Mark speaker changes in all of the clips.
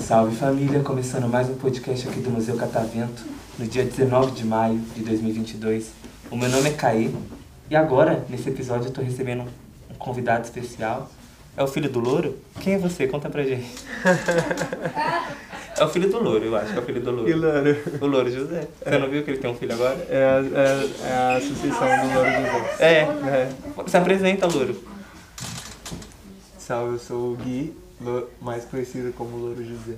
Speaker 1: Salve família, começando mais um podcast aqui do Museu Catavento, no dia 19 de maio de 2022. O meu nome é Caê e agora, nesse episódio, eu tô recebendo um convidado especial. É o filho do Louro? Quem é você? Conta pra gente. É o filho do Louro, eu acho que é o filho do
Speaker 2: E É.
Speaker 1: Louro.
Speaker 2: Louro.
Speaker 1: O Louro José. Você não viu que ele tem um filho agora?
Speaker 2: É a, é, é a associação do Louro José.
Speaker 1: É.
Speaker 2: É.
Speaker 1: Se apresenta, Louro.
Speaker 2: Salve, eu sou o Gui, lo- mais conhecido como Louro José.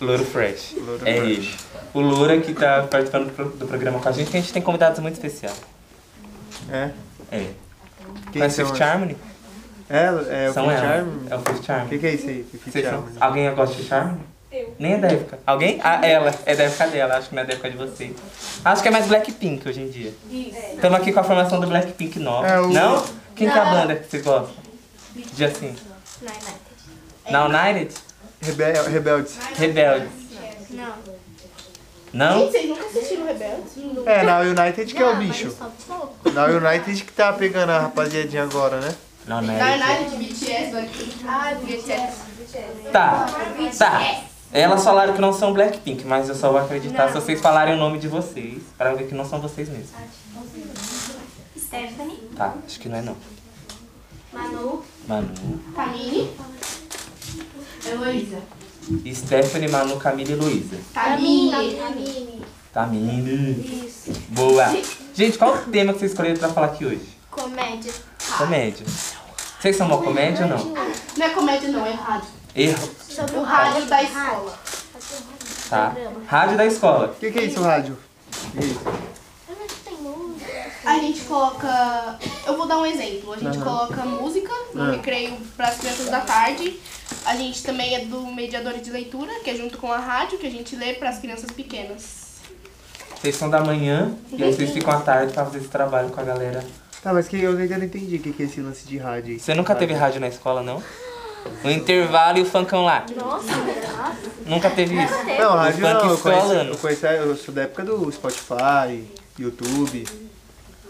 Speaker 1: Louro Fresh.
Speaker 2: Louro
Speaker 1: é
Speaker 2: Fresh.
Speaker 1: ele. O Louro é que tá participando do pro- do programa com a gente, que a gente tem convidados muito especiais.
Speaker 2: É?
Speaker 1: É.
Speaker 2: Quem
Speaker 1: Mas
Speaker 2: são
Speaker 1: Fifth
Speaker 2: as-
Speaker 1: Harmony?
Speaker 2: É, é o
Speaker 1: São
Speaker 2: Fifth
Speaker 1: elas.
Speaker 2: Harmony?
Speaker 1: É o Fifth
Speaker 2: O
Speaker 1: Harmony.
Speaker 2: que, que é isso aí? Fifth
Speaker 1: Vocês são-
Speaker 2: Harmony?
Speaker 1: Alguém é gosta de Fifth Harmony?
Speaker 3: Eu.
Speaker 1: Nem é da época. Alguém? Ah, ela. É da época dela. Acho que não é da época de vocês. Acho que é mais Blackpink hoje em dia.
Speaker 3: Isso.
Speaker 1: Estamos aqui com a formação do Blackpink nova.
Speaker 2: É o-
Speaker 1: Não? Quem que é a
Speaker 4: Não.
Speaker 1: banda que vocês gostam? De assim.
Speaker 4: Não, não.
Speaker 1: Na United?
Speaker 2: Rebel, é, Rebeldes.
Speaker 1: Rebeldes.
Speaker 4: Não.
Speaker 1: Não?
Speaker 3: Vocês nunca assistiram Rebeldes?
Speaker 2: É, na United que é o
Speaker 4: mas
Speaker 2: bicho.
Speaker 4: só pouco.
Speaker 2: Na United que tá pegando a rapaziadinha agora, né?
Speaker 1: Na
Speaker 5: Na
Speaker 1: United.
Speaker 5: verdade, de BTS, Blackpink. Ah, BTS.
Speaker 1: Tá. Tá. Elas falaram que não são Blackpink, mas eu só vou acreditar se vocês falarem o nome de vocês. Pra ver que não são vocês mesmos.
Speaker 4: Stephanie,
Speaker 1: Tá, acho que não é não.
Speaker 4: Manu,
Speaker 1: Manu.
Speaker 4: Tamini,
Speaker 5: Heloísa.
Speaker 1: Stephanie, Manu, Camila e Luísa.
Speaker 5: Tamine.
Speaker 1: Tamine. Tá, Boa. Gente, qual o tema que vocês escolheram pra falar aqui hoje?
Speaker 4: comédia.
Speaker 1: Comédia. Vocês são uma comédia ou não?
Speaker 5: Não é comédia, não, é rádio.
Speaker 1: Erro,
Speaker 4: Sobre
Speaker 5: O rádio da escola.
Speaker 1: tá? Rádio da escola.
Speaker 2: O que, que é isso, rádio? O que é isso?
Speaker 4: Eu não tenho nome.
Speaker 5: A gente coloca. Eu vou dar um exemplo. A gente coloca música no
Speaker 2: Ah.
Speaker 5: recreio para as crianças da tarde. A gente também é do mediador de leitura, que é junto com a rádio, que a gente lê para as crianças pequenas.
Speaker 1: Vocês são da manhã e aí vocês ficam à tarde pra fazer esse trabalho com a galera.
Speaker 2: Tá, mas que eu ainda não entendi o que, que é esse lance de rádio aí.
Speaker 1: Você nunca teve rádio na escola, não? O intervalo e o funkão lá.
Speaker 4: Nossa, nossa.
Speaker 1: Nunca teve isso.
Speaker 2: Não, rádio
Speaker 1: funk
Speaker 2: não, eu conheço,
Speaker 1: estourando.
Speaker 2: eu conheço, eu sou da época do Spotify, YouTube.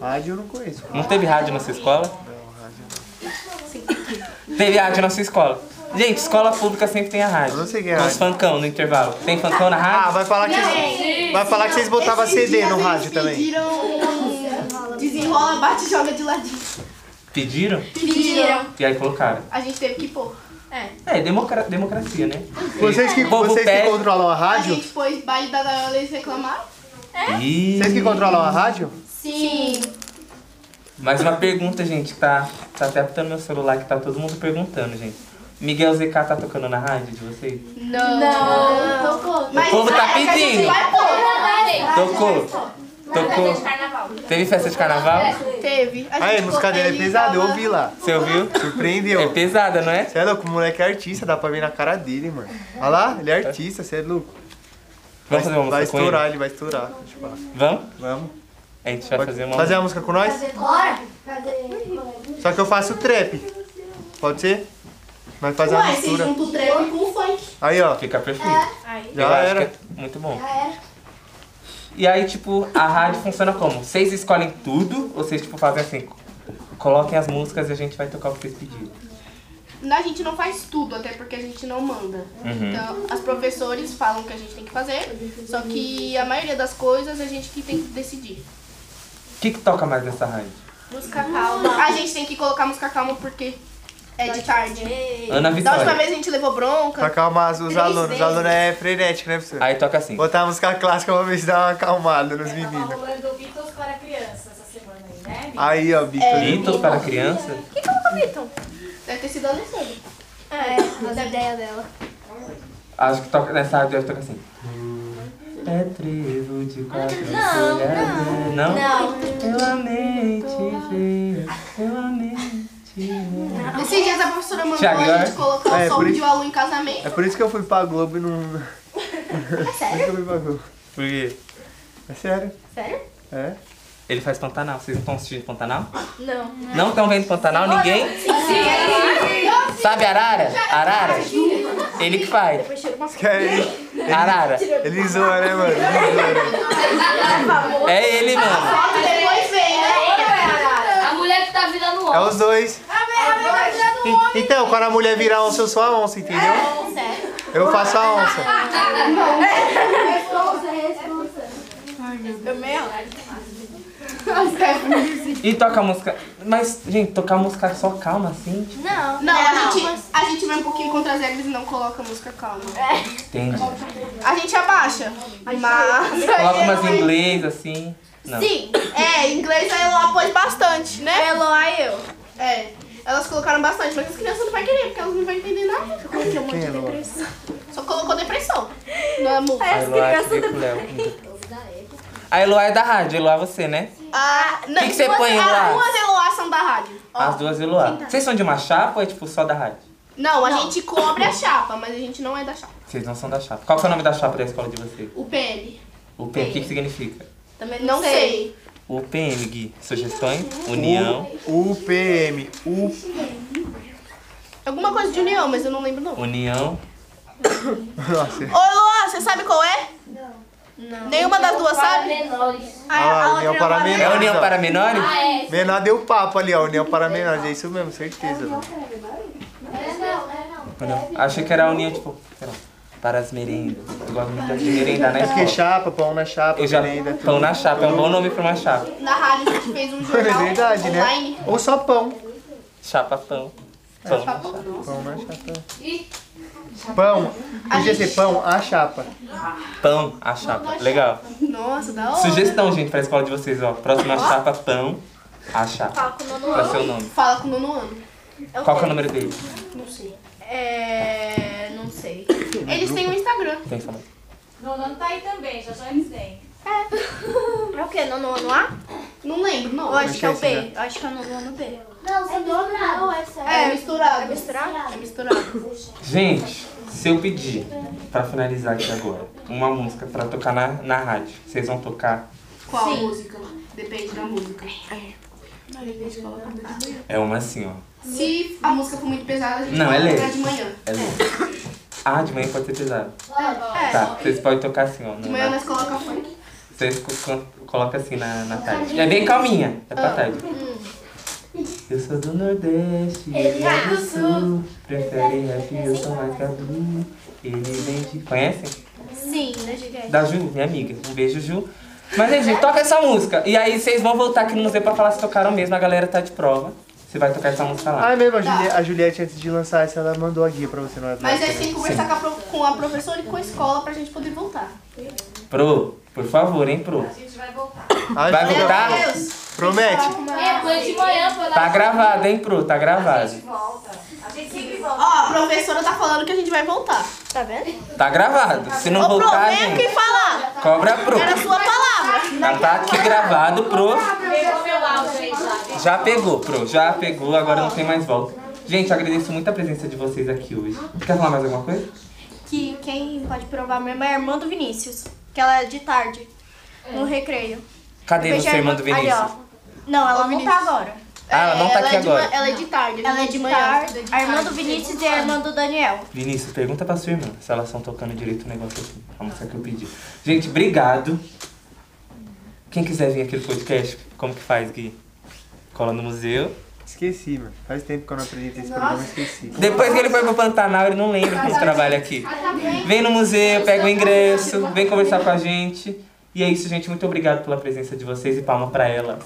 Speaker 2: Rádio eu não conheço.
Speaker 1: Não teve rádio na sua escola?
Speaker 2: Não, rádio não.
Speaker 1: Teve rádio na sua escola. Gente, escola pública sempre tem a rádio.
Speaker 2: Eu não sei quem é
Speaker 1: Uns
Speaker 2: rádio.
Speaker 1: funkão no intervalo. Tem funkão na
Speaker 2: Ah,
Speaker 1: rádio?
Speaker 2: vai falar que, vocês- vai falar que vocês botavam
Speaker 5: Esses
Speaker 2: CD no
Speaker 5: dias
Speaker 2: rádio
Speaker 5: eles
Speaker 2: também.
Speaker 5: Pediram um desenrola, bate e joga de ladinho.
Speaker 1: Pediram?
Speaker 5: Pediram.
Speaker 1: E aí colocaram.
Speaker 5: A gente teve que pôr.
Speaker 1: É, democra- democracia, né?
Speaker 2: Vocês que,
Speaker 1: O povo
Speaker 2: vocês que
Speaker 1: pede.
Speaker 2: controlam a
Speaker 5: A
Speaker 2: rádio?
Speaker 5: gente pôs baile da Lola e eles reclamaram.
Speaker 4: É?
Speaker 1: Ih.
Speaker 2: Vocês que controlam a rádio?
Speaker 5: Sim.
Speaker 1: Mais uma pergunta, gente, que tá, tá até apitando meu celular que tá todo mundo perguntando, gente. Miguel ZK tá tocando na rádio de vocês?
Speaker 5: Não.
Speaker 4: Tocou.
Speaker 5: Mas
Speaker 1: O povo tá
Speaker 5: é que a gente
Speaker 1: pedindo.
Speaker 5: vai pôr.
Speaker 1: Tocou. Tocou. Teve festa de carnaval?
Speaker 5: Teve. A
Speaker 2: Aí,
Speaker 5: gente
Speaker 2: música dele é
Speaker 5: colocou-
Speaker 2: pesada, eu ouvi lá.
Speaker 1: Você ouviu?
Speaker 2: Surpreendeu.
Speaker 1: É pesada, não é?
Speaker 2: Você é louco, o moleque é artista, dá pra ver na cara dele, mano. Olha lá, ele é artista, você é louco. Vai,
Speaker 1: Vamos fazer uma
Speaker 2: vai
Speaker 1: música com
Speaker 2: estourar,
Speaker 1: ele?
Speaker 2: ele, vai estourar. deixa eu falar.
Speaker 1: Vamos?
Speaker 2: Vamos.
Speaker 1: A gente vai
Speaker 2: Pode-
Speaker 1: fazer uma
Speaker 2: fazer uma música com nós?
Speaker 4: Bora.
Speaker 2: Só que eu faço trap. Pode ser? Vai fazer uma
Speaker 5: Ué, se
Speaker 2: mistura.
Speaker 5: junta o trap com o funk.
Speaker 2: Aí, ó.
Speaker 1: Fica perfeito.
Speaker 2: Já
Speaker 1: Eu acho
Speaker 2: era.
Speaker 1: que é muito bom.
Speaker 4: Já era.
Speaker 1: E aí, tipo, a rádio funciona como? Vocês escolhem tudo ou vocês, tipo, fazem assim? Coloquem as músicas e a gente vai tocar o que vocês pediram.
Speaker 5: A gente não faz tudo, até porque a gente não manda.
Speaker 1: Uhum.
Speaker 5: Então, as professores falam o que a gente tem que fazer, só que a maioria das coisas a gente que tem que decidir.
Speaker 1: O que, que toca mais nessa rádio?
Speaker 5: Música calma. A gente tem que colocar música calma porque é de tarde.
Speaker 1: Ana
Speaker 5: Da última
Speaker 1: Vitória.
Speaker 5: vez a gente levou bronca.
Speaker 2: Pra acalmar os, os alunos. Os alunos é frenético, né, professor?
Speaker 1: Aí toca assim.
Speaker 2: Botar a música clássica pra ver se dá uma acalmada nos meninos.
Speaker 6: rolando tá Beatles para criança essa semana aí, né?
Speaker 2: Aí, ó, Vitor.
Speaker 1: Beatles para criança?
Speaker 5: Deve ter sido a Alessandra.
Speaker 4: É, as ideias dela.
Speaker 1: Acho que toca nessa rádio deve tocar assim. É trevo de quatro
Speaker 4: Não,
Speaker 1: folhadas. Não?
Speaker 4: Não.
Speaker 1: Eu amei te ver. Eu amei te ver.
Speaker 5: Esses dias a professora mandou
Speaker 1: Thiago,
Speaker 5: a gente
Speaker 1: é?
Speaker 5: colocar
Speaker 2: É,
Speaker 5: o som
Speaker 2: por isso-
Speaker 5: de Alu em casamento.
Speaker 2: É por isso que eu fui pra Globo e não. É sério? Por isso que eu fui pra Globo.
Speaker 1: Por quê?
Speaker 2: É sério?
Speaker 4: Sério?
Speaker 2: É?
Speaker 1: Ele faz Pantanal. Vocês não estão assistindo Pantanal?
Speaker 4: Não.
Speaker 1: Não estão vendo Pantanal? Ninguém? Sabe Arara? Arara? Ele que faz.
Speaker 2: Que é aí,
Speaker 1: Arara.
Speaker 2: ele zoa, né, mano? Ele zoa, né?
Speaker 1: É ele mesmo.
Speaker 5: Depois vem, né?
Speaker 3: A mulher que tá virando
Speaker 2: É
Speaker 3: homem.
Speaker 2: os dois. E- Então, quando a mulher virar onça, eu sou a onça, entendeu? Eu faço a onça.
Speaker 1: E toca a música. Mas, gente, tocar a música só calma assim? tipo,
Speaker 4: Não,
Speaker 5: Não, a gente, a gente vai um pouquinho contra as regras e não coloca a música calma.
Speaker 1: Entende?
Speaker 5: A gente abaixa, mas...
Speaker 1: Coloca umas em inglês assim. Não.
Speaker 5: Sim, é, em inglês a Eloá pôs bastante, né? Eloá e eu. É, elas colocaram bastante, mas as crianças não vão querer, porque elas não vão entender nada. Só coloquei um monte
Speaker 2: Quem é
Speaker 5: de
Speaker 2: Eloá?
Speaker 5: depressão. Só colocou depressão na música.
Speaker 1: A Eloá é com o Léo. A Eloá é da rádio, Eloá é você, né?
Speaker 5: Ah, não,
Speaker 1: que que você
Speaker 5: duas-
Speaker 1: põe, Eloá?
Speaker 5: As duas Eloá são da rádio. Ó,
Speaker 1: As duas Eloá. Vocês são de uma chapa ou é tipo só da rádio?
Speaker 5: Não, a gente cobre a chapa, mas a gente não é da chapa.
Speaker 1: Vocês não são da chapa. Qual que é o nome da chapa da escola de vocês?
Speaker 5: O PL.
Speaker 1: O PM, o que, que significa?
Speaker 3: Também
Speaker 5: Não sei.
Speaker 1: O PM, Gui. Sugestões? União.
Speaker 2: UPM. U...
Speaker 5: Alguma coisa de união, mas eu não lembro o nome.
Speaker 1: União.
Speaker 2: Nossa.
Speaker 5: Ô, Eloá, você sabe qual é?
Speaker 3: Não.
Speaker 5: Nenhuma das duas
Speaker 3: Para
Speaker 5: sabe?
Speaker 3: menores.
Speaker 2: Ah,
Speaker 5: a
Speaker 2: União
Speaker 5: outra
Speaker 2: para
Speaker 5: é
Speaker 2: menores.
Speaker 1: É a União
Speaker 2: Não.
Speaker 1: para Menores?
Speaker 3: Ah, é.
Speaker 2: Menor deu papo ali, ó. União para menores. É isso mesmo, certeza. velho.
Speaker 1: Não. Achei que era a União, tipo, sei lá, para as merendas. Eu gosto muito de merendar na
Speaker 2: Porque
Speaker 1: escola.
Speaker 2: chapa, pão na chapa,
Speaker 1: Eu já.
Speaker 2: merenda, tudo.
Speaker 1: Pão na chapa, é um bom nome pra uma chapa.
Speaker 5: Na rádio a gente fez um
Speaker 2: É
Speaker 5: jornal
Speaker 2: verdade, né?
Speaker 5: online.
Speaker 2: Ou só pão.
Speaker 1: Chapa pão. Pão.
Speaker 2: Pão na chapa. Pão. Podia ser pão à chapa.
Speaker 1: Pão, a chapa. Legal.
Speaker 5: Nossa, da hora.
Speaker 1: Sugestão, gente, pra escola de vocês, ó. Próxima chapa, pão, a
Speaker 5: Tá
Speaker 1: chapa. Qual é o seu nome?
Speaker 5: Fala com o nono ano.
Speaker 1: Qual que é o número dele?
Speaker 5: É. não sei. Eles têm um Instagram.
Speaker 1: Tem essa mãe.
Speaker 6: Nono tá aí também, já já eles têm.
Speaker 4: É o quê? Nono ano A?
Speaker 5: Não lembro, não.
Speaker 4: Eu acho que é o
Speaker 2: Deixa esse
Speaker 4: B. Eu acho que é o nono ano B.
Speaker 5: É, misturado. É misturado? É misturado.
Speaker 1: Gente, se eu pedir pra finalizar aqui agora uma música pra tocar na, na rádio, vocês vão tocar?
Speaker 5: Qual música? Depende da música.
Speaker 1: É uma assim, ó.
Speaker 5: Se a música for muito pesada, a gente
Speaker 1: Não,
Speaker 5: vai
Speaker 1: é leve.
Speaker 5: tocar de manhã.
Speaker 1: É louco. Ah, de manhã pode ser pesado.
Speaker 5: É.
Speaker 1: Tá, vocês podem tocar assim, ó.
Speaker 5: De
Speaker 1: no-
Speaker 5: manhã
Speaker 1: na-
Speaker 5: nós colocamos funk.
Speaker 1: Vocês co- co- colocam assim na, na tarde. É bem calminha, é pra tarde. Eu sou do Nordeste, ele é do Sul. Prefere rap, eu sou mais cadu. Ele vem de. Conhecem?
Speaker 4: Sim, da gigante.
Speaker 1: Da Ju, minha amiga. Um beijo, Ju. Mas, é, gente, toca essa música. E aí vocês vão voltar aqui no museu pra falar se tocaram mesmo. A galera tá de prova. Você vai tocar essa música lá.
Speaker 2: Ah, é mesmo, a, Julie- a Juliette, antes de lançar essa, ela mandou a guia pra você, não é?
Speaker 5: Tá. Mas aí tem que conversar com a, pro- com a professora e com a escola pra gente poder voltar.
Speaker 1: Pro, por favor, hein, Pro.
Speaker 6: A gente vai voltar.
Speaker 2: Ah,
Speaker 1: Vai
Speaker 2: Juliette,
Speaker 1: voltar?
Speaker 5: Meu Deus.
Speaker 2: Promete.
Speaker 3: É, foi de manhã, foi lá.
Speaker 1: Tá gravado, hein, Pro? Tá
Speaker 6: A
Speaker 1: gravado.
Speaker 6: gente volta. A gente sempre volta.
Speaker 5: Ó, a professora tá falando que a gente vai voltar.
Speaker 4: Tá vendo?
Speaker 1: Tá gravado. Se não
Speaker 5: Ô, Pro,
Speaker 1: voltar,
Speaker 5: vem aqui
Speaker 1: gente,
Speaker 5: falar.
Speaker 1: cobra Pro.
Speaker 5: Era a sua palavra.
Speaker 1: Tá, tá aqui gravado, Pro.
Speaker 3: Pegou meu áudio aí, sabe?
Speaker 1: Já pegou, pro, já pegou, agora não tem mais volta. Gente, agradeço muito a presença de vocês aqui hoje. Quer falar mais alguma coisa?
Speaker 4: Que quem pode provar mesmo é a irmã do Vinícius. Que ela é de tarde. No recreio.
Speaker 1: Cadê
Speaker 4: Depois
Speaker 1: é você,
Speaker 4: a
Speaker 1: irmã do Vinícius?
Speaker 4: Ali, ó. Não, ela
Speaker 5: Ô,
Speaker 4: não tá
Speaker 5: Vinícius.
Speaker 4: agora.
Speaker 1: Ah, ela não tá aqui
Speaker 5: é de ma-
Speaker 1: agora.
Speaker 5: Ela é de tarde.
Speaker 4: Ela é de
Speaker 5: manhã.
Speaker 4: tarde. A irmã do Vinícius e a irmã do Daniel.
Speaker 1: Vinícius, pergunta pra sua irmã se elas estão tocando direito o negócio aqui. A música que eu pedi. Gente, obrigado. Quem quiser vir aqui no podcast, como que faz, Gui? Cola no museu.
Speaker 2: Esqueci, mano. Faz tempo que eu não apresentei esse programa, esqueci.
Speaker 1: Depois que ele foi pro Pantanal, ele não lembra que ele trabalha aqui. Vem no museu, pega o ingresso, vem conversar com a gente. E é isso, gente. Muito obrigado pela presença de vocês e palma pra ela.